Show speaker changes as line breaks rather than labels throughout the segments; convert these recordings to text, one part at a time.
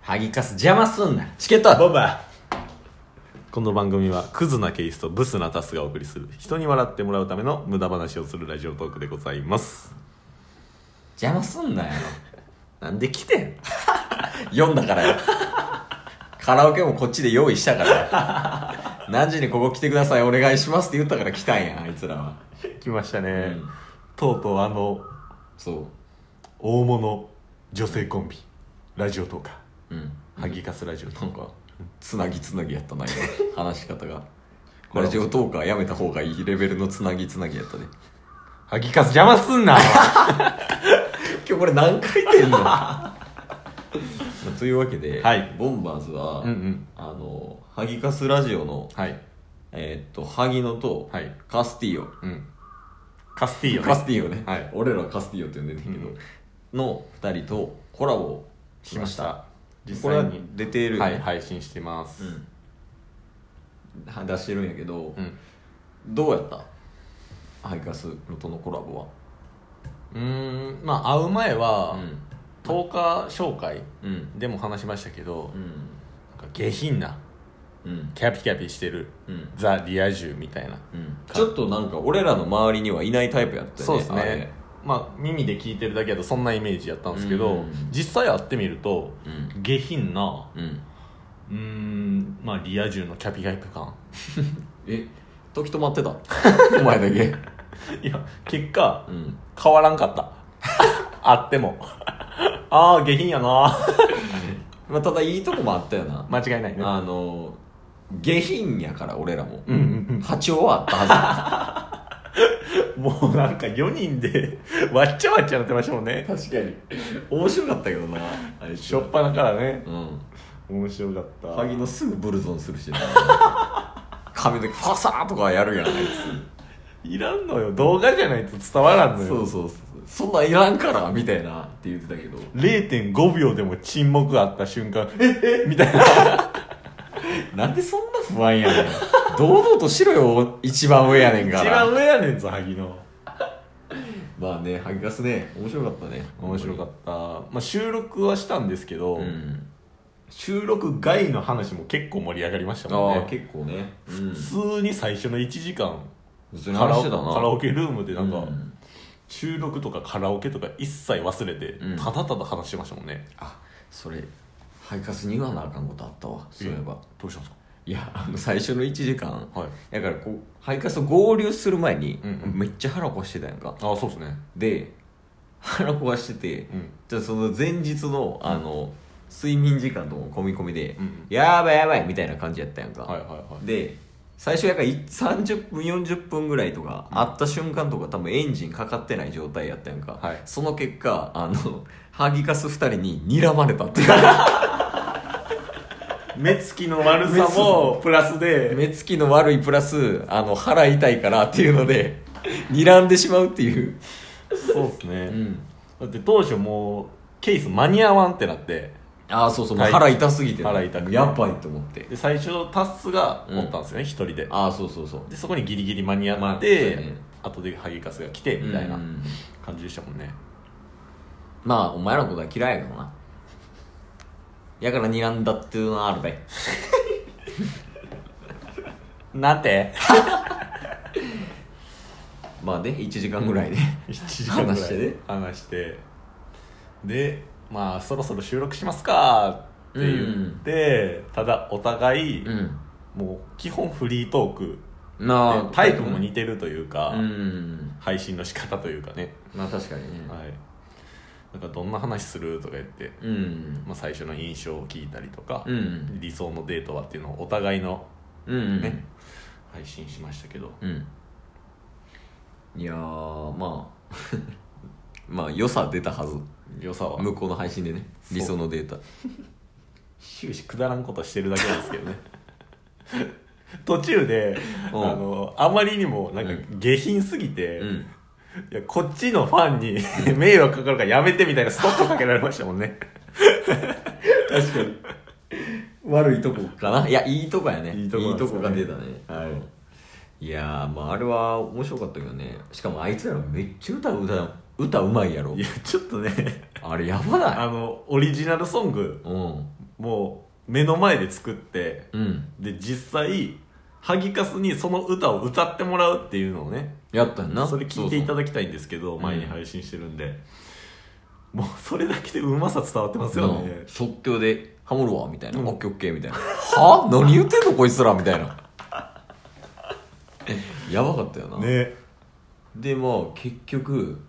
ハギカス邪魔すんなチケット
ボバ
この番組はクズなケイスとブスなタスがお送りする人に笑ってもらうための無駄話をするラジオトークでございます
邪魔すんなよ
なんで来てん
読んだからよカラオケもこっちで用意したから何時にここ来てくださいお願いしますって言ったから来たんやあいつらは
来ましたね、
うん
とうとうあの
そ
大物女性コンビラジオトーカー
ううん
ハギカスラジオト
なん
ー
かつなぎつなぎやったな今 話し方が
これ
ラジオトーカーやめた方がいいレベルのつなぎつなぎやったね
ハギカス邪魔すんな
今日これ何回転の というわけで、
はい
ボンバーズは、
うんうん
あのハギカスラジオの、
はい
えーっと萩野と、
はい
カスティーヨ
うんカスティーヨね
カスティーヨね、
はい
俺らはカスティーヨって呼んでんねんけど、
うん
の2人とコラボしました
実
これ
際
は
に
出ているよ
は
ね、
い配信してます、
うんは出してるんやけど、
うん
どうやったハイカスロとのコラボ
うーんまあ会う前
は
は、
ん
10日紹介
うん
でも話しましたけど、
うん
なんか下品な
うん
キャピキャピしてる、
うん
ザ・リア充みたいな、
ちょっとなんか俺らの周りにはいないタイプやったよね
そうです
あ
ね
れ
まあ耳で聞いてるだけだとそんなイメージやったんですけど、
うん
実際会ってみると、
う
下品な
うん
うーんまあリア充のキャピキャピ感
え時止まってた お前だけ
いや結果
うん
変わらんかった 会っても ああ下品やな
まあただいいとこもあったよな、
間違いないね
あの下品やから俺らも
うんうん
波長はあったは
うん、もうなんか4人で わっちゃわっちゃなってましたもんね
ず 確かに面白かったけどなあれ
しょっぱなからね
うん
面白か った
萩野すぐブルゾンするしな髪の毛ファサーとかやるやんあい
いらんのよ動画じゃないと伝わらんの
つ
よ
そうそうそうそんなんいらんからみたいなって言ってたけど
0.5秒でも沈黙あった瞬間ええみたいな
なんでそんな不安やねん堂々としろよ一番上やねん
一
から
番上やねんぞ萩野
まあね萩ガスね面白かったね
面白かった、まあ、収録はしたんですけど、
うん
収録外の話も結構盛り上がりましたもん
ああ
ね
結構ねうん
普通に最初の1時間
普通
カ
に
ラ
話
オ
してたな
カラオケルームでなんか、
うん
収録とかカラオケとか一切忘れて、
うん
ただただ話してましたもんね
あそれ萩ガスに言わなあかんことあったわそういえば
どうしたんです
いやあの最初の1時間
かはい
だからこう肺活と合流する前に、
うんうん
めっちゃ腹壊してたやんか
ああそうですね
で腹壊してて、
うん
じゃあその前日のあの睡眠時間とも込み込みで、
うんうん
やばいやばいみたいな感じやったやんか、
はいはいはい
で最初やからい30分40分ぐらいとかあった瞬間とか多分エンジンかかってない状態やったやんか、
はい
その結果あの ハギカス2人に睨まれた っていう
目つきの悪さ もプラスで
目つきの悪いプラスあの腹痛いからっていうので 睨んでしまうっていう
そうですね、
うん
だって当初もうケース間に合わんってなって
ああそうそうもう
はい
腹痛すぎてね、
腹痛くて
やばいと思って
で最初タッスがおったんですよね一、人で
ああそうそうそう
でそこにギリギリ間に合っ
まあ
て、
そうね
後でハゲカスが来てみたいな
うん
感じでしたもんね、
まあお前らのことは嫌いやけどなやから睨んだっていうのはあるべ
なんて
まあで1時間ぐらいで、
1時間ぐ
話
らい
してね
話してでまあそろそろ収録しますかって言って、ただお互い、
うん
もう基本フリートーク
なあ
でタイプも似てるというか、
うん
配信の仕方というかね、
まあ確かにね、
はいなんかどんな話するとか言って
うん
まあ、最初の印象を聞いたりとか、
うん
理想のデートはっていうのをお互いの
うんうん
ね、配信しましたけど
うんいやーまあ まあ良さ出たはず
良さは
向こうの配信でね
そう
理想のデータ
終始くだらんことしてるだけですけどね 途中で、
うん
あのあまりにもなんか下品すぎて、
うん
いやこっちのファンに迷惑かかるからやめてみたいなストップかけられましたもんね
確かに悪いとこかないや いいとこやね
いいとこなんですよね
が出たねはいいやーまああれは面白かったけどねしかもあいつらめっちゃ歌う歌う歌うまいやろ
いやちょっとね
あれやばない
あのオリジナルソング
うん
もう目の前で作って
うん
で実際ハギカスにその歌を歌ってもらうっていうのをね
やったんな
それ聞いていた
だ
だきたいんですけど
ん
前に配信してるんで、もうそれだけでうまさ伝わってますよね
即興でハモるわみたいな、
うん
オッケーオッケーみたいなは何言ってんのこいつらみたいな やばかったよな、
ね
でまあ結局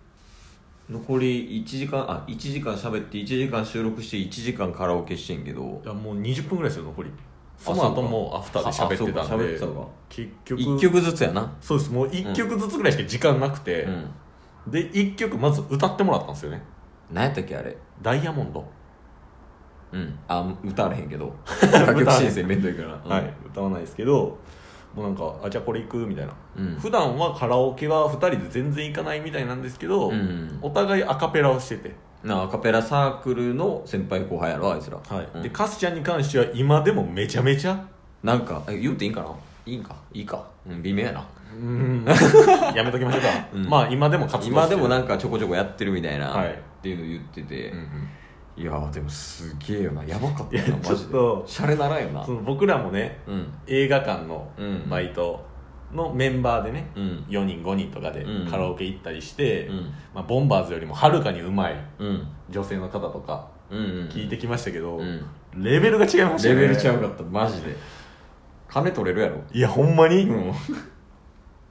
残り1時間あ一時間喋って1時間収録して1時間カラオケしてんけど
いやもう20分ぐらいですよ残り
そ
さ
う
っ
か
さともうアフターで喋ってた
あ
んで
あそうか喋ってたか
結局
1曲ずつやな
そうですもう1曲ずつぐらいしか時間なくて、
うん
で1曲まず歌ってもらったんですよね
何やったっけあれ
「ダイヤモンド
うんあ 歌われへんけど楽曲申請めんどいから、」うん
はい、歌わないですけどもうなんか「あじゃあこれ行く?」みたいな、
うん
普段はカラオケは2人で全然行かないみたいなんですけど、
うん
お互いアカペラをしてて、
なアカペラサークルの先輩後輩やろあいつら、うん
でカスちゃんに関しては今でもめちゃめちゃ
なんかえ言うていいんかないいんかいいか、うん、微妙やな
やめときましょうか、
うん
まあ今でも活動してる
今でもなんかちょこちょこやってるみたいな、
はい
っていうの言ってて、
うんうん
いやーでもすげえよなやばかったよ
い
な
や
マジ
ち
で
ょっと
シャレならんよな
その僕らもね
うん
映画館の
うん
バイトのメンバーでね、
うん
4人5人とかで
うん
カラオケ行ったりして、
うん
まあ、ボンバーズよりもはるかにうまい
うん
女性の方とか
うんうん
聞いてきましたけど、
うん
レベルが違いました
レ
よね
ベルちゃうかったマジで金取れるやろ
いやほんまに、
う
い
ん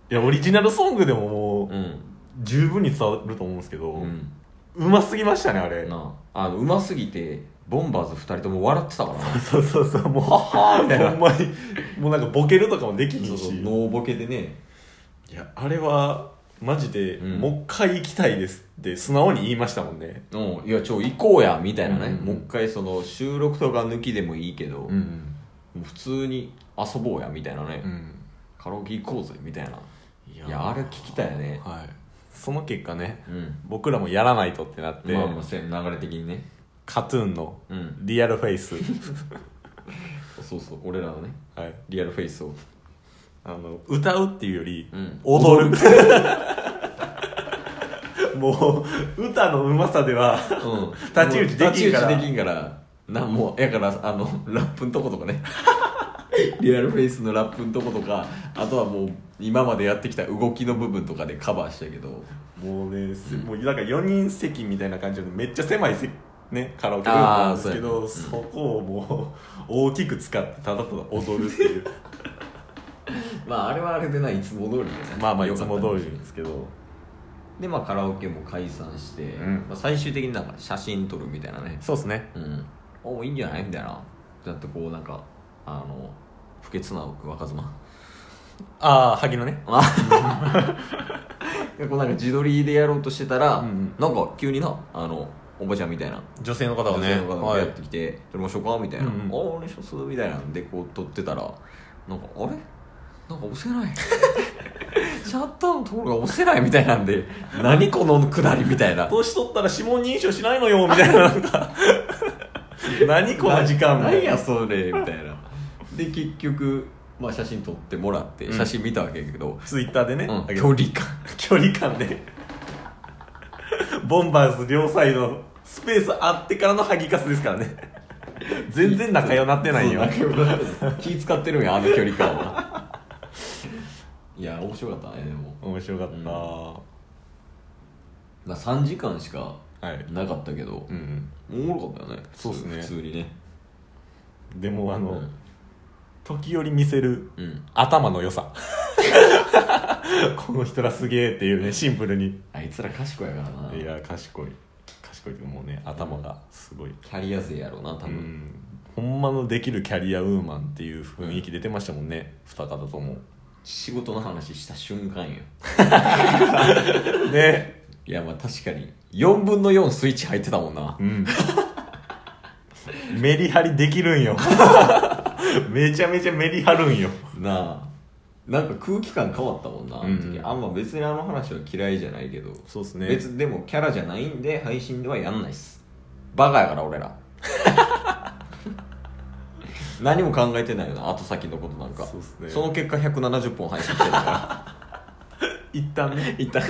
やオリジナルソングでもも
う
うん十分に伝わると思うんですけど、
うん
うますぎましたねあれ
なああのうますぎてボンバーズ2人とも笑ってたからな
そうそうそうもうははみたいなほんまにもうなんかボケるとかもできひんし
そうそうノーボケでね
いやあれはマジで、
うん
もう一回行きたいですって素直に言いましたもんね
うんいやちょ行こうやみたいなね、
うん
もう一回その収録とか抜きでもいいけど、も
ん、
う普通に遊ぼうやみたいなね、
ん、
カラオケ行こうぜみたいないいやあれ聞きたいよね
はいその結果ね
うん
僕らもやらないとってなって、
まあまあせん流れ的にね
カトゥーンの
うん
リアルフェ イス
そうそう俺らのね
はい
リアルフェイスを
あの歌うっていうより、
うん
踊る もう歌のうまさで は
うん
太刀打ちできんか
太刀
ら
打ちできんからなもうやからあの ラップんとことか ねリアルフェイスのラップんとことかあとはもう今までやってきた動きの部分とかでカバーしたけど
もうね、すもうなんか4人席みたいな感じでめっちゃ狭い席ね、カラオケルーム
あ
な
ー
んですけどそ,、
そ
こをもう大きく使ってただただ踊るっていう
まああれはあれでないつも通りでね
まあまあいつも
よかっ
通
た
りですけど
でまあカラオケも解散して、
ん
まあ、最終的になんか写真撮るみたいなね
そうですね
うんおいいんじゃないみたいなだってこうなんかあの不潔な若妻
ああ萩 のね
でこうなんか自撮りでやろうとしてたら、
うんうん
なんか急になあのおばちゃんみたいな
女性の方
女
がね
性の方が
はい
やってきて「撮りましょうか」みたいな「
う
あ
んうん
あお願いします」みたいなんでこう撮ってたらなんか「あれなんか押せない シャッターのところが押せない」みたいなんで「何このくだり」みたいな
年取ったら指紋認証しないのよみたいななんか何この時間
何やそれみたいなで結局、まあ、写真撮ってもらって
うん
写真見たわけやけど、
ツイッターでね、
うん
上げ
距
て
離感
距離感でボンバーズ両サイドスペースあってからのハギカスですからね全然仲良なってないよ
そう仲良くなってない気使ってるんやあの距離感はいや面白かったねでも、
面白かった、
うんまあ、3時間しか
はい
なかったけど
う、ん
おもろかったよね
そうっすね
普通にね
でもあの、
うん
時折見せる
うん
頭の良さ この人らすげえっていうねシンプルに
あいつら賢いやからない
や賢い賢いけどもうね頭がすごい
キャリア勢やろうな多
多
分、
分ほんまのできるキャリアウーマンっていう雰囲気出てましたもんね、二方とも
仕事の話した瞬間よ
ね
いやまあ確かに4分の4スイッチ入ってたもんな
うん、メリハリできるんよ めちゃめちゃメリハるんよ
なあなんか空気感変わったもんな、あの
うんう
時
ん
あんま別にあの話は嫌いじゃないけど、
そうですね
別でもキャラじゃないんで配信ではやんないっすバカやから 俺ら何も考えてないよな後先のことなんか
そうっすね
の結果170本配信してるか
一旦ね
ら一旦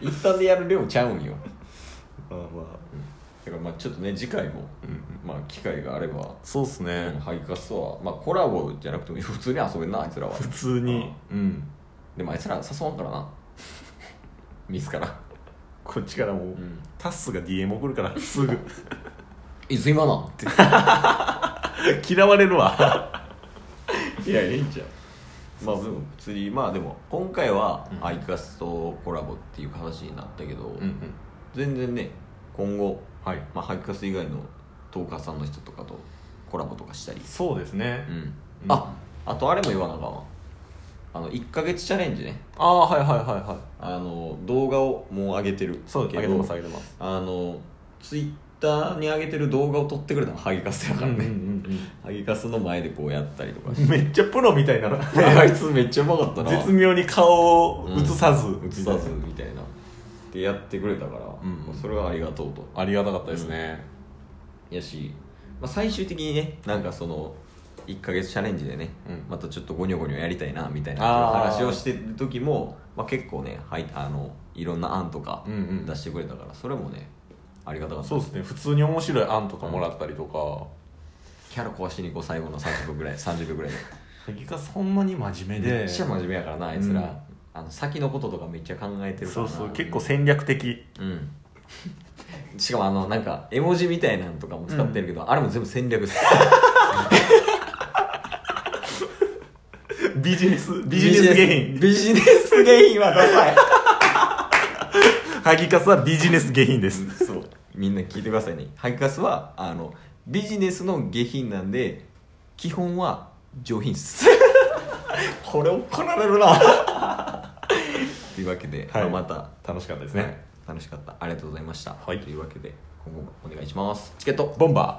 一旦でやる量ちゃうんよ
まあまあ
だからまあちょっとね次回も、
うん
まあ機会があれば、
そうっすね、
ハイカスとはまあコラボじゃなくても普通に遊べんなあいつらは
普通にうん
でもあいつら誘わんからな ミスから
こっちからもう、
ん
タッスが DM 送るからすぐ
いつ今なんって
嫌われるわ
いやいいんちゃうまあでも普通にまあでも今回は
うん
アイカスとコラボっていう話になったけど、
うんうん
全然ね今後、
はい
まあ、ハイカス以外のトーカーさんの人とかとコラボとかしたり
そうですね、
うん、
うん
ああとあれも言わなあかんわあの1か月チャレンジね
ああはいはいはいはい
あの動画をもう上げてる
そう
け
あ
ど
げてますあげてます
あのツイッターに上げてる動画を撮ってくれたのハギカスやからね、ハギカスの前でこうやったりとかして
めっちゃプロみたいな
あいつめっちゃうまかったな
絶妙に顔を映さず、
映さずみたいなでやってくれたから、
ん
まあそれはありがとうと
ありがたかったですね、
やし、まあ、最終的にねなんかその1ヶ月チャレンジでね、
うん
またちょっとゴニョゴニョやりたいなみたいな
あー
話をしてる時も、まあ、結構ね、はい、あのいろんな案とか
うんうん
出してくれたからそれもねありがたかった
そうですね普通に面白い案とかもらったりとか
キャラ壊しにこう最後の30分ぐらい30秒ぐらいで
萩川さんほんまに真面目で
めっちゃ真面目やからなあいつら、
うん
あの先のこととかめっちゃ考えてるか
そ
ら
う
な
そう結構戦 略的
うんしかもあのなんか絵文字みたいなんとかも使ってるけど、あれも全部戦略です
ビジネス ビジネスゲイン
ビジネスゲインはダ サい
萩川さんはビジネス下品です
そうみんな聞いてくださいねハイカスはあのビジネスの下品なんで基本は上品っす これ怒られるなというわけで、
はい
まあまた
楽しかったです
ね、
ね
楽しかったありがとうございました、
はい
というわけで今後もお願いしますチケット
ボンバー